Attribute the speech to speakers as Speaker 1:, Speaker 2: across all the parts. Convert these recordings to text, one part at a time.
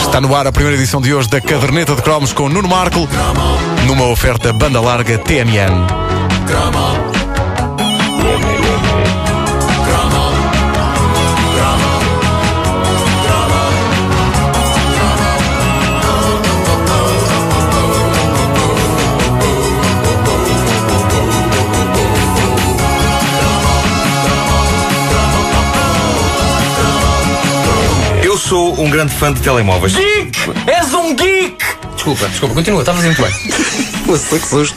Speaker 1: Está no ar a primeira edição de hoje da Caderneta de Cromos com Nuno Marco, numa oferta banda larga TMN.
Speaker 2: Eu sou um grande fã de telemóveis.
Speaker 3: És um geek! Desculpa, desculpa, continua, está a fazer muito bem.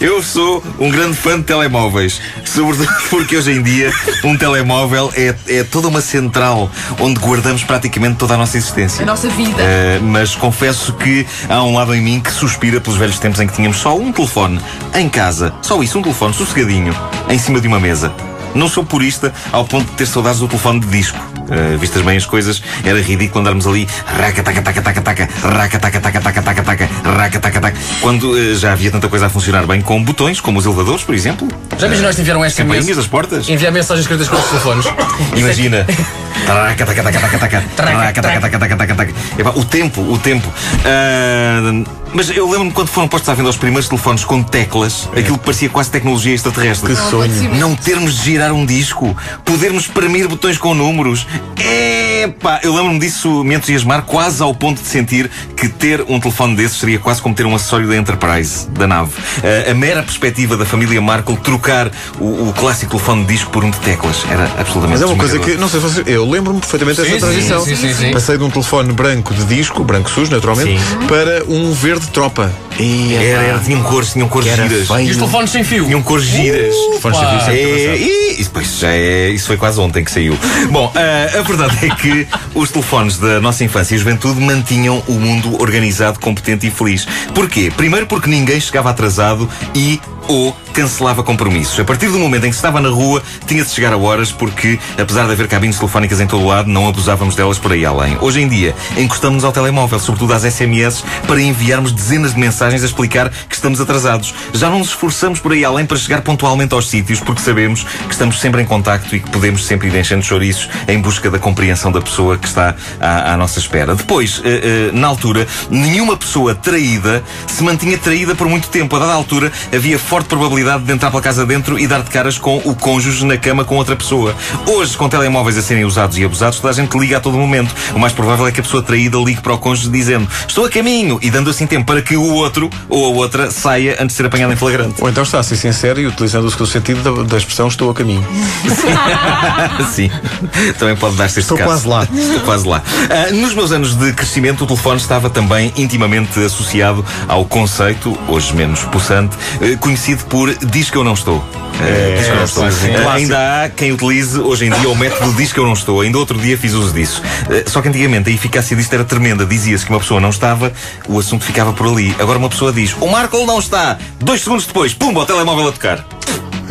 Speaker 2: Eu sou um grande fã de telemóveis. Sobretudo porque hoje em dia um telemóvel é, é toda uma central onde guardamos praticamente toda a nossa existência.
Speaker 4: A nossa vida.
Speaker 2: Eh, mas confesso que há um lado em mim que suspira pelos velhos tempos em que tínhamos só um telefone em casa. Só isso, um telefone sossegadinho, em cima de uma mesa. Não sou purista ao ponto de ter saudades do telefone de disco. Eh, vistas bem as coisas, era ridículo andarmos ali raca taca taca taca taca raca taca taca taca taca taca raca taca taca quando eh, já havia tanta coisa a funcionar bem com botões como os elevadores, por exemplo,
Speaker 3: Já imaginaste enviar um
Speaker 2: campainhas
Speaker 3: SMS?
Speaker 2: das portas.
Speaker 3: Enviar mensagens escritas com os telefones.
Speaker 2: Imagina. Traca, taca, taca, taca, taca. Traca, taca, taca, taca, taca, taca. Epá, o tempo, o tempo. Ah, mas eu lembro-me quando foram postos à venda os primeiros telefones com teclas,
Speaker 5: É.
Speaker 2: aquilo que parecia quase tecnologia extraterrestre. Que
Speaker 4: sonho.
Speaker 2: Não termos de girar um disco, podermos premir botões com números. Epá, eu lembro-me disso me entusiasmar quase ao ponto de sentir que ter um telefone desses seria quase como ter um acessório da Enterprise, da nave. Ah, a mera perspectiva da família Markle trocar o, o clássico telefone de disco por um de teclas era absolutamente
Speaker 5: Mas é uma coisa
Speaker 2: desmirador.
Speaker 5: que, não sei se vocês, eu lembro-me perfeitamente dessa
Speaker 3: sim,
Speaker 5: transição.
Speaker 3: sim, sim, sim.
Speaker 5: Passei de um telefone branco de disco, branco sujo, naturalmente, para um verde tropa. E
Speaker 2: Era, era, tinham cores, tinham cores
Speaker 5: era
Speaker 2: giras.
Speaker 5: feio.
Speaker 3: E os telefones sem fio.
Speaker 2: Tinham cores giras.
Speaker 5: Fones de
Speaker 2: É,
Speaker 5: visão engraçado.
Speaker 2: e isso, pois, já é, isso foi quase ontem que saiu. Bom, ah, a verdade é que os telefones da nossa infância e juventude mantinham o mundo organizado, competente e feliz. Porquê? Primeiro porque ninguém chegava atrasado e ou cancelava compromissos. A partir do momento em que se estava na rua, tinha de chegar a horas porque, apesar de haver cabines telefónicas em todo o lado, não abusávamos delas por aí além. Hoje em dia, encostamos-nos ao telemóvel, sobretudo às SMS, para enviarmos dezenas de mensagens a explicar que estamos atrasados. Já não nos esforçamos por aí além para chegar pontualmente aos sítios porque sabemos que estamos sempre em contacto e que podemos sempre ir enchendo chouriços em busca da compreensão da pessoa que está à, à nossa espera. Depois, eh, eh, na altura, nenhuma pessoa traída se mantinha traída por muito tempo. A dada altura, havia forte probabilidade de entrar pela casa dentro e dar de caras com o cônjuge na cama com outra pessoa. Hoje, com telemóveis a serem usados e abusados, toda a gente liga a todo momento. O mais provável é que a pessoa traída ligue para o cônjuge dizendo estou a caminho e dando assim tempo para que o outro ou a outra saia antes de ser apanhado em flagrante.
Speaker 5: Ou então está a ser sincero e utilizando o seu sentido da, da expressão estou a caminho.
Speaker 2: Sim, também pode dar-se este
Speaker 5: Estou
Speaker 2: caso.
Speaker 5: quase lá.
Speaker 2: Estou quase lá. Ah, nos meus anos de crescimento, o telefone estava também intimamente associado ao conceito, hoje menos possante, eh, conhecido por diz que eu não estou.
Speaker 5: É,
Speaker 2: Eh, diz que eu não estou. Eh, ainda há quem utilize hoje em dia o método diz que eu não estou. Ainda outro dia fiz uso disso. Eh, Só que antigamente a eficácia disto era tremenda. Dizia-se que uma pessoa não estava, o assunto ficava por ali. Agora uma pessoa diz: O Marco não está. Dois segundos depois, pumba, o telemóvel a tocar.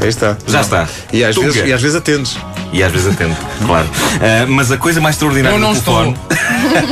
Speaker 5: Aí está.
Speaker 2: Já está.
Speaker 5: E às,
Speaker 2: Tunga.
Speaker 5: vezes, e às vezes atendes.
Speaker 2: E às vezes atendo, claro. Ah, mas a coisa mais extraordinária
Speaker 3: Eu não
Speaker 2: do telefone.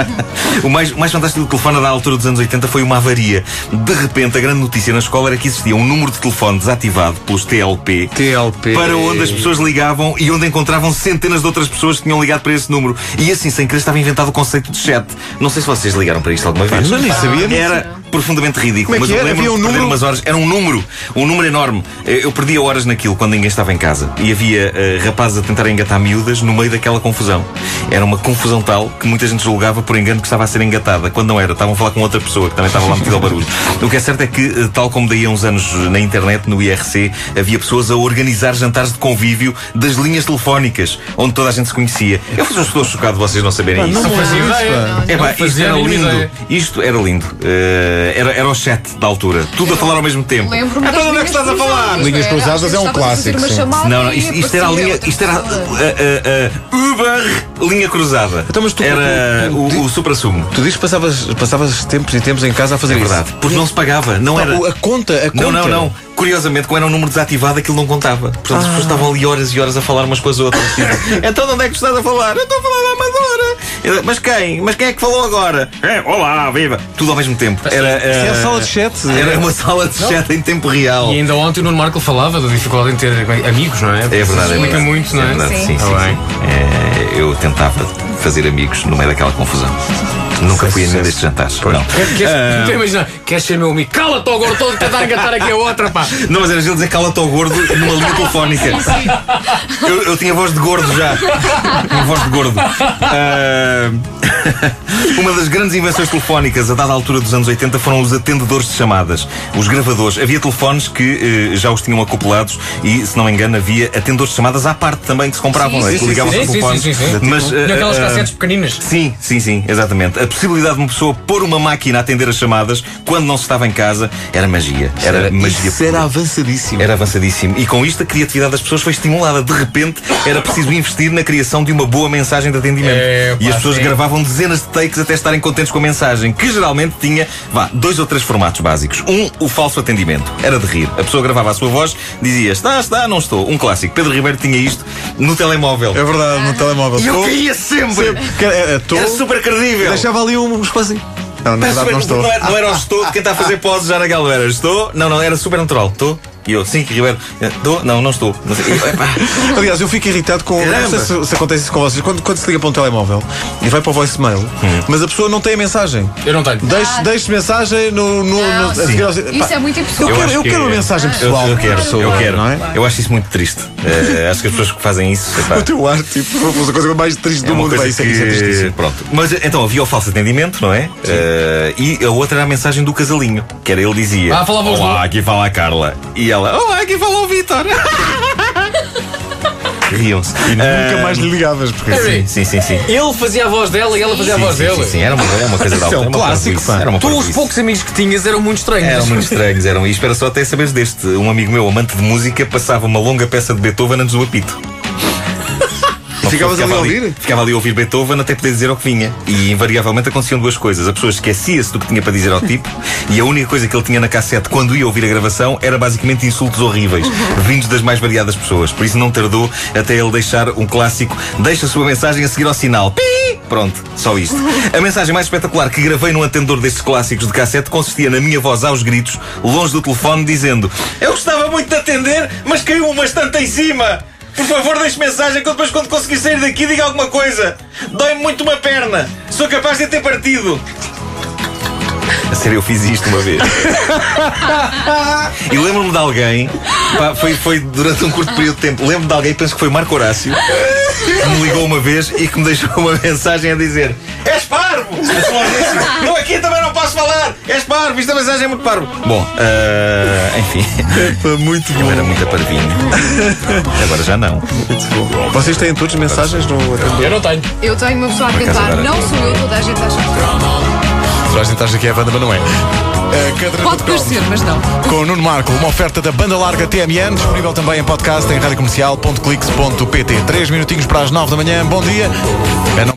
Speaker 2: o, mais, o mais fantástico do telefone da altura dos anos 80 foi uma avaria. De repente, a grande notícia na escola era que existia um número de telefone desativado pelos TLP.
Speaker 5: TLP.
Speaker 2: Para onde as pessoas ligavam e onde encontravam centenas de outras pessoas que tinham ligado para esse número. E assim, sem querer, estava inventado o conceito de chat. Não sei se vocês ligaram para isto alguma vez.
Speaker 5: não, nem sabia, não
Speaker 2: Era profundamente
Speaker 5: Como
Speaker 2: ridículo.
Speaker 5: é
Speaker 2: mas
Speaker 5: que
Speaker 2: eu
Speaker 5: era?
Speaker 2: lembro-me
Speaker 5: Havia um
Speaker 2: de perder
Speaker 5: número?
Speaker 2: umas umas horas. Era um número, um número enorme. Eh, Eu perdia horas naquilo quando ninguém estava em casa. E havia eh, rapazes a tentar engatar miúdas no meio daquela confusão. Era uma confusão tal que muita gente julgava por engano que estava a ser engatada. Quando não era, estavam a falar com outra pessoa que também estava lá metida ao barulho. O que é certo é que, eh, tal como daí a uns anos na internet, no IRC, havia pessoas a organizar jantares de convívio das linhas telefónicas, onde toda a gente se conhecia. Eu fiz um estou chocado de vocês não saberem isso.
Speaker 3: Não fazia ideia.
Speaker 2: É pá,
Speaker 3: Não fazia
Speaker 2: isto
Speaker 3: a
Speaker 2: era
Speaker 3: mínima
Speaker 2: lindo.
Speaker 3: ideia.
Speaker 2: Isto era lindo. Eh, era, era o chat da altura. Tudo a falar ao mesmo tempo.
Speaker 4: Lembro-me
Speaker 2: Ah,
Speaker 4: das
Speaker 2: então onde é que
Speaker 4: linhas
Speaker 2: estás a falar?
Speaker 4: cruzadas,
Speaker 5: Linhas
Speaker 4: não é?
Speaker 5: cruzadas
Speaker 4: Às
Speaker 5: é um
Speaker 4: vezes estavas a fazer
Speaker 5: clássico,
Speaker 4: uma
Speaker 5: sim.
Speaker 4: chamada
Speaker 2: Não, não,
Speaker 4: e
Speaker 2: isto, isto era a
Speaker 4: aparecia
Speaker 2: linha.
Speaker 4: outra
Speaker 2: Isto era uh, a,
Speaker 4: pessoa.
Speaker 2: a- a- a Uber linha cruzada.
Speaker 5: Então, mas tu-
Speaker 2: era
Speaker 5: tu-
Speaker 2: o, o supra-sumo.
Speaker 5: Tu dizes que passavas, passavas tempos e tempos em casa a fazer
Speaker 2: É verdade. Porque não se pagava. Não
Speaker 3: Tá
Speaker 5: isso.
Speaker 2: era.
Speaker 5: A conta, a conta.
Speaker 2: Não, não, não. Curiosamente, como era um número desativado, aquilo não contava. Portanto, as pessoas estavam ali horas e horas a falar umas com as outras. Tipo, então, de onde é que estás a falar? Eu estou a falar da Amadora. Eu, Mas quem? Mas quem é que falou agora? É, olá, viva. Tudo ao mesmo tempo. Era,
Speaker 5: É
Speaker 2: eh,
Speaker 5: a sala de chat.
Speaker 2: Era uma sala de chat em tempo real.
Speaker 3: E ainda ontem o Nuno Marco falava da dificuldade em ter amigos, não é?
Speaker 2: É verdade, é
Speaker 3: Explica
Speaker 2: verdade.
Speaker 3: muito, não é?
Speaker 2: verdade, sim, sim,
Speaker 4: Sim.
Speaker 3: Tá bem.
Speaker 2: sim. É, eu tentava fazer amigos no meio daquela confusão. Nunca fui a nenhum destes jantares. Não.
Speaker 3: Queres,
Speaker 2: Ah.
Speaker 3: Estou a imaginar, queres ser meu amigo? Cala-te ao gordo todo, tentar engatar aqui a outra, pá.
Speaker 2: Não, mas era ele dizer cala-te ao gordo numa linha telefónica. Eu, eu tinha voz de gordo já. Tinha voz de gordo. Ah, Uma das grandes invenções telefónicas a dada altura dos anos 80 foram os atendedores de chamadas, os gravadores. Havia telefones que eh, já os tinham acoplados e, se não me engano, havia atendedores de chamadas à parte também que se compravam.
Speaker 4: Sim,
Speaker 2: não é?
Speaker 4: sim,
Speaker 2: Tu
Speaker 4: sim,
Speaker 2: ligavas
Speaker 3: sim,
Speaker 2: ao
Speaker 3: sim,
Speaker 2: telefone,
Speaker 3: sim, sim, sim.
Speaker 2: Mas,
Speaker 3: E
Speaker 2: ah,
Speaker 3: aquelas
Speaker 2: ah,
Speaker 3: cassetes pequeninas.
Speaker 2: Sim, sim, sim, exatamente. A possibilidade de uma pessoa pôr uma máquina a atender as chamadas quando não se estava em casa era magia. Era, magia.
Speaker 5: Isso era avançadíssimo.
Speaker 2: Era avançadíssimo. E com isto a criatividade das pessoas foi estimulada. De repente era preciso investir na criação de uma boa mensagem de atendimento.
Speaker 3: É, pá,
Speaker 2: e as pessoas
Speaker 3: sim.
Speaker 2: gravavam dezenas de takes até estarem contentes com a mensagem, que geralmente tinha, vá, dois ou três formatos básicos. Um, o falso atendimento. Era de rir. A pessoa gravava a sua voz, dizia está, está, não estou. Um clássico. Pedro Ribeiro tinha isto no telemóvel.
Speaker 5: É verdade, no telemóvel.
Speaker 2: E eu
Speaker 5: Estou-
Speaker 2: caía sempre.
Speaker 5: Que era- era- estou-
Speaker 1: É
Speaker 2: Era super credível.
Speaker 5: Deixava ali um espacinho. Não, na verdade
Speaker 2: Super-
Speaker 5: não estou.
Speaker 2: era, não era o estou de quem está a fazer poses já naquela galera. Estou? Não, não, era super natural. Estou? E eu, sim, Ribeiro. Estou? Não, não estou. Não sei. Epá.
Speaker 5: Aliás, eu fico irritado com. Não sei
Speaker 2: Caramba.
Speaker 5: se, se acontece isso com vocês. Quando, quando se liga para um telemóvel e vai para o voicemail,
Speaker 1: Hum.
Speaker 5: mas a pessoa não tem a mensagem.
Speaker 3: Eu não tenho.
Speaker 5: Deixe, deixe mensagem no. no,
Speaker 4: Ah. Não,
Speaker 5: no- a
Speaker 4: sim.
Speaker 5: seguir ao- pá,
Speaker 4: Isso é muito
Speaker 5: Eu,
Speaker 4: impossível.
Speaker 5: quero,
Speaker 2: acho
Speaker 5: eu
Speaker 2: que
Speaker 5: quero
Speaker 2: é-
Speaker 5: uma mensagem
Speaker 2: Eu,
Speaker 5: pessoal.
Speaker 2: eu quero, eu quero.
Speaker 5: Não é?
Speaker 2: Eu acho isso muito triste. Eh, acho que as pessoas que fazem isso. epá,
Speaker 4: é
Speaker 5: O teu ar, tipo, foi a coisa mais triste
Speaker 2: é
Speaker 5: do
Speaker 2: uma
Speaker 5: mundo.
Speaker 2: coisa
Speaker 5: Vai, isso é isso é
Speaker 2: que...
Speaker 5: tristíssimo.
Speaker 2: Pronto. Mas então havia o falso atendimento, não é? Eh, e a outra era a mensagem do casalinho, que era ele dizia:
Speaker 3: Ah, falava os
Speaker 2: Olá,
Speaker 3: dois."
Speaker 2: aqui fala a Carla. E ela: Olá, aqui fala o Vitor. Riam-se.
Speaker 5: E
Speaker 2: Eh,
Speaker 1: é
Speaker 5: nunca mais lhe ligavas, porque assim.
Speaker 3: Harry.
Speaker 2: Sim, sim, sim.
Speaker 3: Ele fazia a voz dela e ela fazia a
Speaker 2: Sim,
Speaker 3: voz
Speaker 2: sim,
Speaker 3: dele.
Speaker 2: sim, sim, era uma, era uma coisa da
Speaker 5: Isso é um
Speaker 2: altura, era uma
Speaker 5: clássico,
Speaker 2: parvoíce,
Speaker 5: pá.
Speaker 2: Era uma
Speaker 3: Tu, os
Speaker 2: parvoíce.
Speaker 3: poucos amigos que tinhas eram muito estranhos.
Speaker 2: Eram muito estranhos, eram. E espera só até saberes deste. Um amigo meu, amante de música, passava uma longa peça de Beethoven antes do apito. Uma pessoa
Speaker 5: Ficavas
Speaker 2: ficava
Speaker 5: ali a ouvir?
Speaker 2: Ficava ali a ouvir Beethoven até poder dizer ao que vinha. E invariavelmente aconteciam duas coisas. A pessoa esquecia-se do que tinha para dizer ao tipo, e a única coisa que ele tinha na cassete quando ia ouvir a gravação era basicamente insultos horríveis, vindos das mais variadas pessoas. Por isso não tardou até ele deixar um clássico. Deixa a sua mensagem a seguir ao sinal. Pi! Pronto, só isto. A mensagem mais espetacular que gravei num atendedor destes clássicos de cassete consistia na minha voz aos gritos, longe do telefone, dizendo: Eu gostava muito de atender, mas caiu uma estante em cima! Por favor, deixe mensagem que eu depois, quando conseguir sair daqui, diga alguma coisa. Dói-me muito uma perna. Sou capaz de ter partido. A sério, eu fiz isto uma vez. e lembro-me de alguém, pá, foi, foi durante um curto período de tempo, lembro-me de alguém, penso que foi Marco Horácio, que me ligou uma vez e que me deixou uma mensagem a dizer: És parvo! Eu sou Horácio. Eu aqui também não posso falar! És parvo! Isto a mensagem é muito parvo! Bom, ah, enfim,
Speaker 5: Foi muito
Speaker 2: eu
Speaker 5: bom.
Speaker 2: era muito parvinho. Agora já não.
Speaker 1: É.
Speaker 5: Vocês têm todos mensagens no atendedor?
Speaker 3: Eu não tenho.
Speaker 4: Eu tenho uma pessoa a tentar,
Speaker 2: agora-
Speaker 4: não sou eu, toda a gente acha que
Speaker 1: Toda a gente acha que é a banda, mas não é. A caderneta
Speaker 4: Pode
Speaker 1: de cromos
Speaker 4: parecer, mas não.
Speaker 1: Com o Nuno Marco, uma oferta da banda larga TMN, disponível também em podcast em radiocomercial.clix.pt. Três minutinhos para as nove da manhã. Bom dia. É não-